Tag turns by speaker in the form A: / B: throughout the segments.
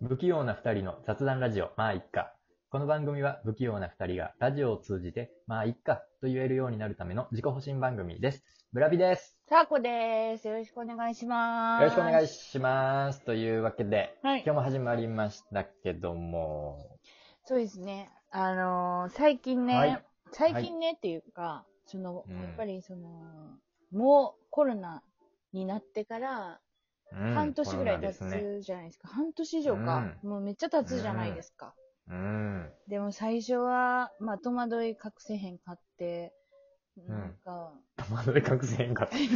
A: 不器用な二人の雑談ラジオ、まあいっか。この番組は不器用な二人がラジオを通じて、まあいっかと言えるようになるための自己保身番組です。ブラビです。
B: さあこです。よろしくお願いしま
A: よ
B: す。
A: ろしくお願い
B: し
A: します。というわけで、
B: ます。は
A: 今日
B: い。
A: も始まりましたけども、
B: そうですね。あのー最近ね、
A: はい
B: 最近ねっていうか、その、
A: うん
B: やっぱりその、もうコロナになってから、
A: うん
B: 半年ぐらい
A: コロナで
B: 経
A: すね。
B: つじゃないですか。半年以上か、もうめっちゃ経つじゃないですか。
A: うん。
B: でも最初は、まあ、戸惑い隠せへんかって、
A: ん
B: なんか、
A: 戸惑い隠せへんかった。
B: 隠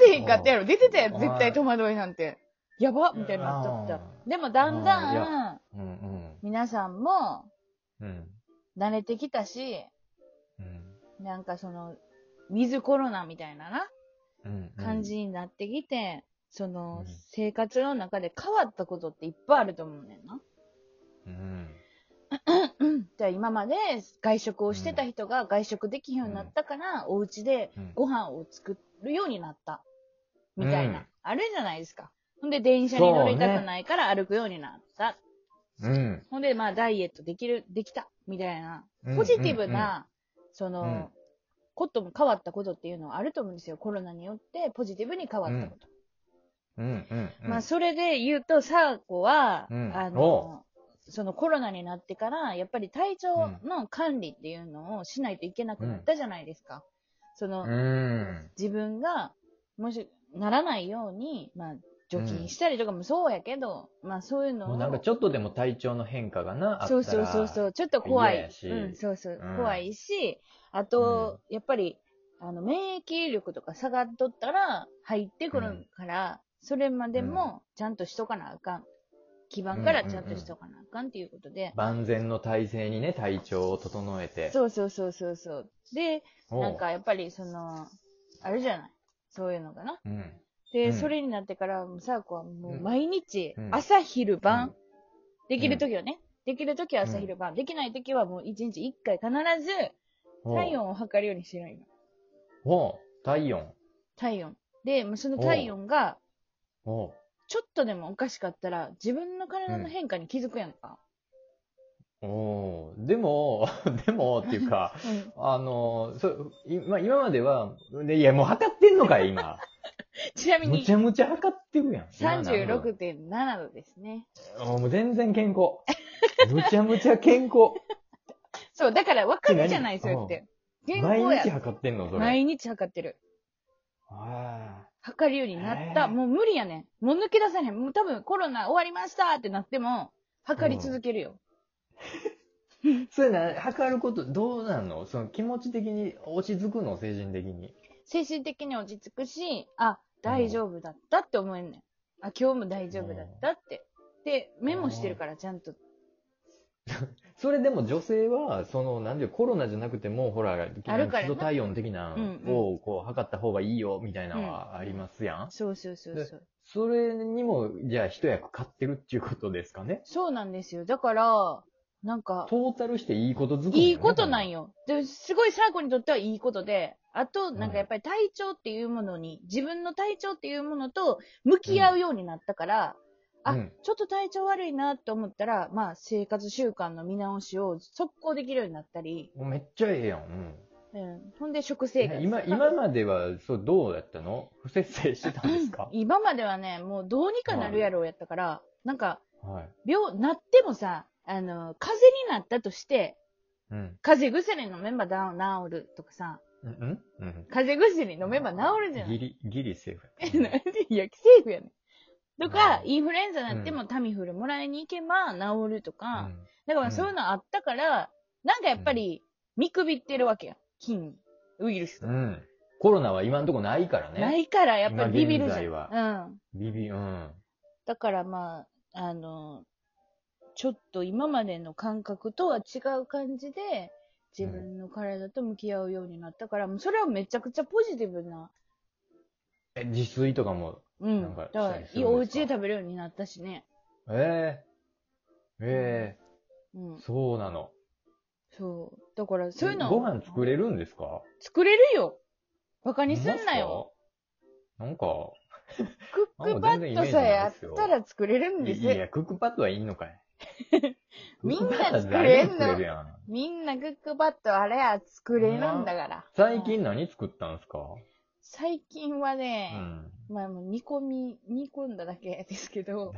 B: せへんかっ てやろ。出てたやん、絶対戸惑いなんて。やばみたいになっちゃった。
A: う
B: でもだん
A: うんい
B: だん、
A: うんうん。
B: 皆さんも
A: うん。
B: 慣れてきたし、
A: うん。
B: なんかその、ウィズコロナみたいなな、
A: うん。
B: 感じになってきて、その
A: うん、
B: 生活の中で変わったことっていっぱいあると思うねんな。
A: うん。
B: じゃあ今まで外食をしてた人が外食できるようになったから、お家で
A: うん。
B: ご飯を作るようになった。みたいな、
A: うん
B: あるじゃないですか。ほんで電車に乗りたくないから歩くようになった。
A: うん。
B: ほんでまあダイエットできる、できた。みたいな
A: うん
B: ポジティブ、な、その、
A: うん
B: ことも変わったことっていうのはあると思うんですよ。コロナによってポジティブに変わったこと。
A: うんうんうん、
B: まあ、それで言うと、サーコは、
A: うん
B: あ
A: お
B: の、そのコロナになってから、やっぱり体調の管理っていうのをしないといけなくなったじゃないですか。その、
A: うん。
B: 自分が、もし、ならないように、まあ、除菌したりとかもそうやけど、まあ、そういうの
A: もう
B: を
A: なんかちょっとでも体調の変化がな、あった
B: そ
A: ら
B: うそうそうそう、ちょっと怖
A: 嫌
B: い
A: や。し
B: うん、そうそう、
A: うん
B: 怖いし、あと、やっぱり、あの、免疫力とか下がっとったら入ってくるから、それまでもちゃんとしとかなあかん。基盤からちゃんとしとかなあかんっていうことで。
A: 万全の体制にね、体調を整えて。
B: そうそうそうそうそう。で、
A: おう
B: なん、かやっぱりその、あるじゃない。そういうのかな。
A: うん。う
B: で、
A: ん
B: それになってから、もうさあこはもう毎日
A: う、ん
B: 朝昼晩、
A: うん
B: できるときはね、できるときは朝昼晩、できないときはもう一日一回必ず、
A: おう
B: 体。温を測るようにしてないの。
A: おう体温。
B: 体温。で、もうその体温が、
A: おう
B: ちょっとでもおかしかったら、自分の体の変化に気づくやんか。
A: おうでも、 でも、っていう か、
B: うん
A: あの、そう、今、今までは、でいや、もう測ってんのかい、今。
B: ちなみ
A: む
B: に
A: ち、ゃむちゃ測ってるやん。今何度
B: 36.7度ですね。
A: おうもう全然健康。 むちゃむちゃ健康。
B: そう、だから分かるじゃない、それって。健康
A: 毎
B: や
A: 日。測ってんの、それ。
B: 毎日測ってる。
A: ああ。
B: 測るようになった。
A: へえ
B: もう無理やねん。もう抜け出さへん。もう多分コロナ終わりましたってなっても、測り続けるよ。
A: それな、測ること、どうなんのその気持ち的に落ち着くの精神的に。
B: 精神的に落ち着くし、あ、大丈夫だったって思えんねん。あ、今日も大丈夫だったって。で、メモしてるから、ちゃんと。
A: それでも女性は、その、なんていう、コロナじゃなくても、ほら、
B: あるからな
A: 基礎体温的な
B: うんうん
A: を、こう、測った方がいいよ、みたいなのはありますやん。
B: そうそうそうそう。
A: それにも、じゃあ、一役買ってるっていうことですかね。
B: そうなんですよ。だから、なんか、
A: トータルしていいことずく
B: いいことなん
A: よ。
B: よ。ですごいサーコにとってはいいことで、あと、なん
A: うん
B: かやっぱり体調っていうものに、自分の体調っていうものと向き合うようになったから、あ
A: うん
B: ちょっと体調悪いなって思ったら、まあ生活習慣の見直しを速攻できるようになったり、
A: もうめっちゃええやん。うん。
B: うん、ほんで食生活。
A: 今、今までは、そう、どうだったの不節制してたんですか
B: 今まではね、もうどうにかなるやろうやったから、なんか、
A: はい。
B: 病、なってもさ、あの、風邪になったとして、
A: うん。
B: 風邪薬飲めばだ治るとかさ、
A: うんうんうん。
B: 風邪薬飲めば治るじゃな
A: ギ
B: い。
A: リ、ギリセーフやった
B: なんで いや、セーフやねん。とか、
A: うん
B: インフルエンザになってもタミフルもらいに行けば治るとか、
A: うん
B: だからそういうのあったから、なんかやっぱり、見くびってるわけやん。菌に、ウイルスと
A: う
B: か。
A: ん。コロナは今んとこないからね。
B: ないから、やっぱりビビるじゃん。
A: 今現
B: うん。
A: ビビ、うん。
B: だからまあ、あの、ちょっと今までの感覚とは違う感じで、自分の体と向き合うようになったから、もうそれはめちゃくちゃポジティブな、
A: え、自炊とかも、
B: うん。
A: なんか
B: だか
A: し
B: ら
A: たりするんです
B: いい
A: か
B: お家で食べるようになったしね。
A: えええ
B: うん
A: え。そうなの。
B: そう。だから、そういうの、
A: ご飯作れるんですか
B: 作れるよバカにすんなよ
A: ほまっすかなんか、
B: クックパッドさえあったら作れるん
A: い
B: です
A: いや、クックパッドはいいのかい
B: みんな
A: クックパッド
B: 作れん
A: 誰も
B: の
A: 作るやん
B: みんなクックパッドあれや作れるんだから。
A: 最近何作ったんすか
B: 最近は
A: う
B: ね、
A: ん。
B: まあもう煮込み、煮込んだだけですけど、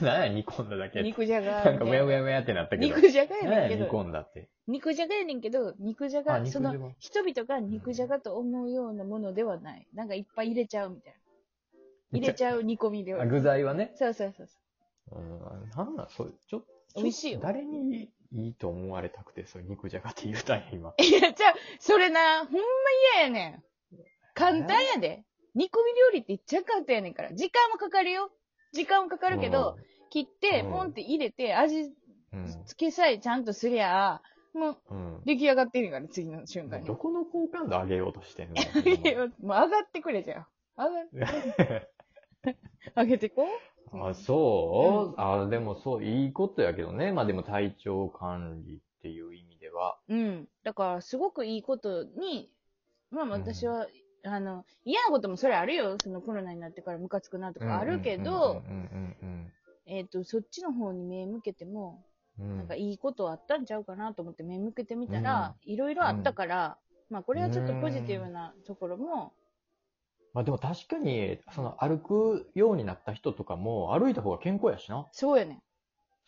A: な、な、なんや煮込んだだけって
B: 肉じゃが。
A: なんかうやうやうやってなったけど。
B: 肉じゃがやねん
A: 何
B: け
A: や煮
B: ど、
A: 込んだって。
B: 肉じゃがやねんけど、肉じゃ
A: あ、
B: が、
A: 肉じ
B: そ
A: ゃが。
B: の、人々が肉じゃがと思うようなものではない。なんかいっぱい入れちゃうみたいな。入れちゃう煮込み料
A: あ
B: 理。
A: 具材はね。
B: そうそうそうそう。
A: うん、なんなん、それ、ちょっと、
B: 美味しいよ
A: 誰にいいと思われたくて、それ肉じゃがって言うたんや、今。
B: いや、じゃあ、それな、ほんま嫌やねん。簡単やで。煮込み料理って若干とやねんから。時間はかかるよ。時間はかかるけど、切って、
A: うん
B: ポンって入れて、味
A: うん、
B: 付けさえちゃんとすりゃ、もう
A: うん。うん。
B: 出来上がってるから、次の瞬間に
A: ど。この好感度上げようとしてんの
B: いやもう上がってくれじゃん。上が、上げてこう。
A: あ、そう、あ、でもそう、いいことやけどね。まあでも体調管理っていう意味では。
B: うん。だから、すごくいいことに、まあ
A: ん
B: 私は、あの、嫌なこともそれあるよ。そのコロナになってからムカつくなとかあるけど、
A: うんうん
B: えっ、と、そっちの方に目向けても、
A: うんうん。
B: なんかいいことあったんちゃうかなと思って目向けてみたら、いろいろあったから、まあこれはちょっとポジティブなところも、
A: まあでも確かに、その歩くようになった人とかも歩いた方が健康やしな。
B: そうやねん。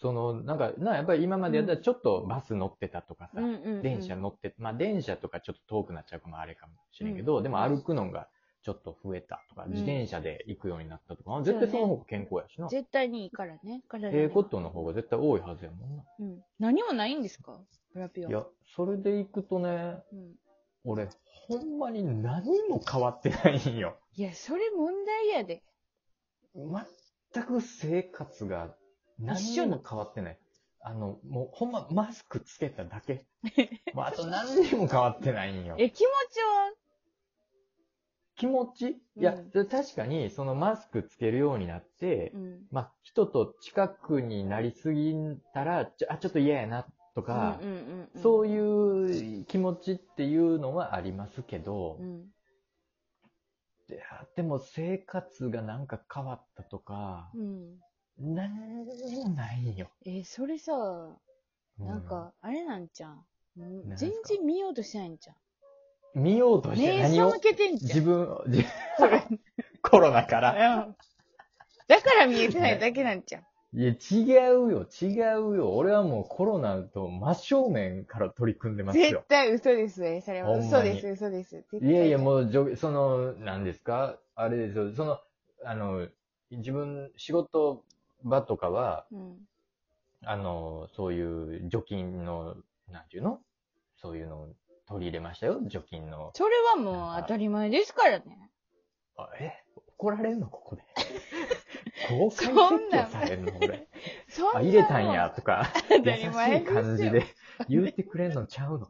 A: その、なんか、な、やっぱり今までやったらちょっとバス乗ってたとかさ、
B: うんうん、うん。
A: 電車乗って、まあ電車とかちょっと遠くなっちゃうかもあれかもしれんけど、
B: うん
A: でも歩くのがちょっと増えたとか、
B: ん
A: 自転車で行くようになったとか、あ
B: そう
A: 絶
B: ね
A: 対その方が健康やしな。
B: 絶対にいいからね。体には
A: ええことの方が絶対多いはずやもんな。。
B: うん。何もないんですかブラピはい
A: や、それで行くとね、
B: うん。
A: 俺、ほんまに何も変わってないんよ。
B: いや、それ問題やで。
A: 全く生活が何にも変わってない。あの、もうほんまマスクつけただ け。もうあと何にも変わってないんよ。
B: え、気持ちは
A: 気持ちいや、
B: う
A: 確かにそのマスクつけるようになって、
B: うん。
A: まあ人と近くになりすぎたら、ちょあ、ちょっと嫌やなとか、
B: うんうんうんうん、
A: そう
B: い
A: いう気持ちっていうのはありますけど、
B: うん。
A: いやでも生活がなんか変わったとか、
B: うん。
A: なんにもないんよ。
B: え、それさ、
A: う
B: なん、か、あれなんじゃん。もう
A: なんす
B: 全
A: か
B: 然見ようとしないんじゃ
A: 見ようと
B: ん。
A: して
B: 目
A: 何を
B: 背けてんじゃん。
A: 自分を、自
B: それ
A: コロナから。
B: うんだから見えてないだけなんじゃん。
A: いや、違うよ、違うよ。俺はもうコロナと真正面から取り組んでます
B: 絶
A: よ。
B: 対嘘ですね。それは
A: ほんまに
B: 嘘です、嘘です。絶対
A: いやいや、もうじょ、その、なんですかあれですよ、その、あの、自分、仕事場とかは、
B: うん。
A: あの、そういう除菌の、なんていうのそういうのを取り入れましたよ、除菌の。
B: それはもう当たり前ですからね。
A: あえ怒られんのここ で。公開
B: そ
A: 説
B: んな
A: 教されんの俺。
B: そんな
A: あ、
B: もん
A: 入れたんや、。とか、
B: 当
A: 優
B: た
A: し
B: り前
A: い
B: ですよ
A: 感じで言うてくれんのちゃうの。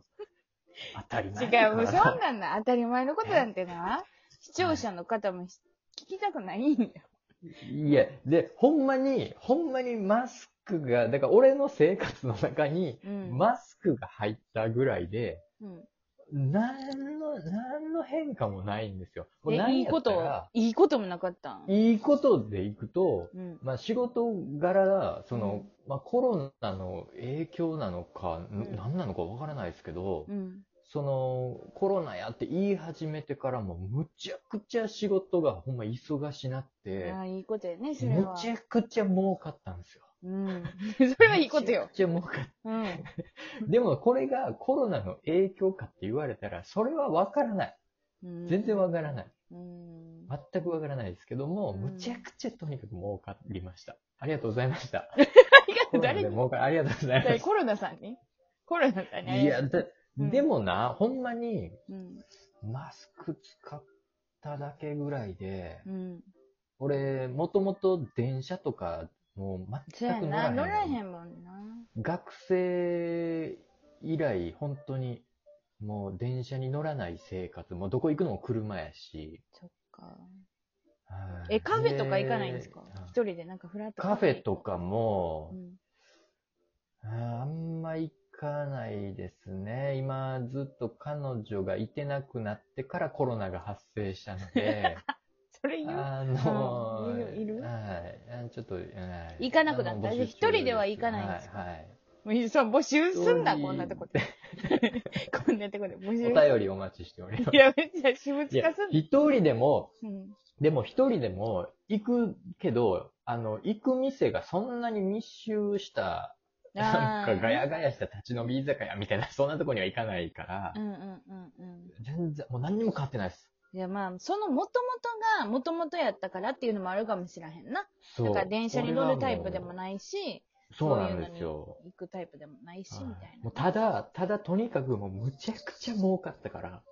A: 当たり
B: 違
A: 前
B: う、もうそんなんな、 当たり前のことなんてな、視聴者の方もひ聞きたくないんだよ。
A: いや、で、ほんまに、ほんまにマスクが、だから俺の生活の中に、
B: うん
A: マスクが入ったぐらいで、
B: うん。
A: なんの、なんの変化もないんですよ。もう
B: え、
A: 何
B: いい
A: や
B: こ
A: った
B: と
A: ら、
B: いいこともなかったん
A: いいことでいくと、
B: うん。
A: まあ、仕事柄、その、まあ、コロナの影響なのか、
B: ん
A: 何なのかわからないですけど、
B: うん。
A: その、コロナやって言い始めてからも、むちゃくちゃ仕事がほんま忙しなって、
B: ああ、いいことやね、それ
A: む
B: は。
A: ちゃくちゃ儲かったんですよ。
B: うん。 それはいいことよ
A: む。ちゃくちゃ儲かっ
B: うん。
A: た。でも、これがコロナの影響かって言われたら、それはわからない。
B: うん
A: 全然わからない。
B: うん。
A: 全くわからないですけども、
B: うん
A: むちゃくちゃとにかく儲かりました。ありがとうございました。コロナ
B: 誰
A: で
B: に
A: 儲かりありがとうございま
B: 誰
A: し
B: コロナさんにコロナさん
A: た。
B: に。
A: いや、だ
B: うん
A: でもな、ほんまに、
B: うん。
A: マスク使っただけぐらいで、
B: うん。
A: 俺、もともと電車とか、もう
B: そ
A: 全
B: や
A: く
B: な、乗
A: 乗
B: ら
A: らへ
B: へ
A: ん。
B: んもんな。
A: 学生以来、本当に、もう電車に乗らない生活、もうどこ行くのも車やし。
B: そっか。
A: はい
B: え、カフェとか行かないんですか
A: で
B: 一人でなんかフラット
A: カフェと
B: か。
A: かも
B: う、ん。
A: あーあんま行かないですね。今、ずっと彼女がいてなくなってからコロナが発生したので、
B: それ言う
A: あの
B: うんいるいる
A: はい。あちょっと、はい
B: 行かなくなった
A: あの募集
B: 一人では行かないんですか
A: はい。
B: もういいそう、募集すんな、
A: そういう
B: こんなとこで。こんなとこで募集
A: はいお便りお待ちしております。
B: いや、めっちゃ私物
A: いや
B: 化すんな。
A: 一人でも、
B: うん
A: でも一人でも行くけど、あの、行く店がそんなに密集した、 なんかガヤガヤした立ち飲み居酒屋みたいな、 そんなとこには行かないから
B: う、んうんうんうん。
A: 全然、もう何にも変わってないです。
B: いやまあ、そのもともとがもともとやったからっていうのもあるかもしらへんな。
A: そう。
B: だから電車に乗るタイプでも
A: い。
B: ないし、
A: そうなんですよ。
B: 行くタイプでもないし、
A: はい
B: みたい
A: も
B: な
A: う。ただ、ただとにかくもうむちゃくちゃ儲かったから。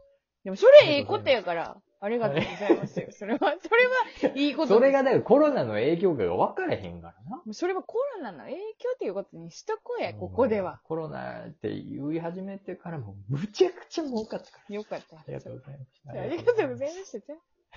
B: でもそれいいことやから、ありがとうござい ますよ。それは、それはいいこと
A: それ
B: が、
A: がだからコロナの影響が分かれへんからな。
B: もうそれはコロナの影響ということにしとこうや、ここでは。
A: コロナって言い始めてからもうむちゃくちゃ儲かったから。
B: よかった。
A: ありがとうございました。
B: ありがとうございました。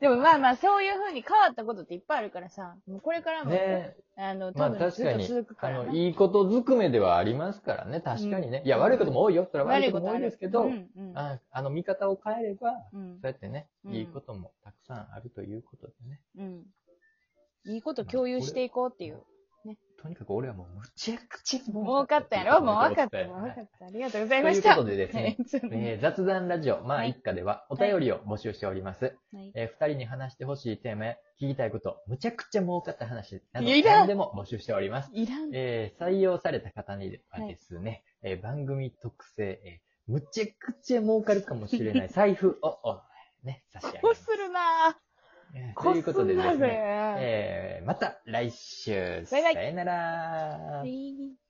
B: でもまあまあ、そういう風に変わったことっていっぱいあるからさ、もうこれからも、
A: ね
B: あの、
A: ま
B: 多
A: あ
B: 分
A: 確
B: ず
A: か
B: っ
A: に
B: と続く、か
A: あ
B: らな、
A: の、いいことずくめではありますからね、確かにね。
B: うん
A: いや、悪いことも多いよ、それは悪
B: 悪
A: い
B: い
A: こ
B: こ
A: も
B: とと
A: 多
B: あ
A: い
B: る
A: ですけど、
B: うんうん
A: ああの、見方を変えれば、
B: うん
A: そうやってね、
B: うん
A: いいこともたくさんあるということでね。
B: うんいいこと共有していこうっていう。
A: とにかく俺はもうむちゃくちゃ
B: 儲かったやろもう分かった。もう分かった。ありがとうござい
A: と
B: ま
A: い
B: し
A: うこ
B: た。
A: とでですね、 えー雑談ラジオ、まあ
B: はい
A: 一家ではお便りを募集しております。
B: はい
A: えー二人に話してほしいテーマや聞きたいこと、むちゃくちゃ儲かった話など
B: いや
A: 何でも募集しております。
B: いらん。
A: えー採用された方にはですね、えー番組特製、えーむちゃくちゃ儲かるかもしれ ない財布を、おね、差し上げ
B: こ
A: ますす。
B: るな
A: えー
B: ぁ。
A: と
B: こ
A: いう
B: す
A: ことで
B: る
A: で
B: な
A: すね、
B: ぜ。
A: えーまた来週、
B: バイバイ
A: さよなら。
B: はい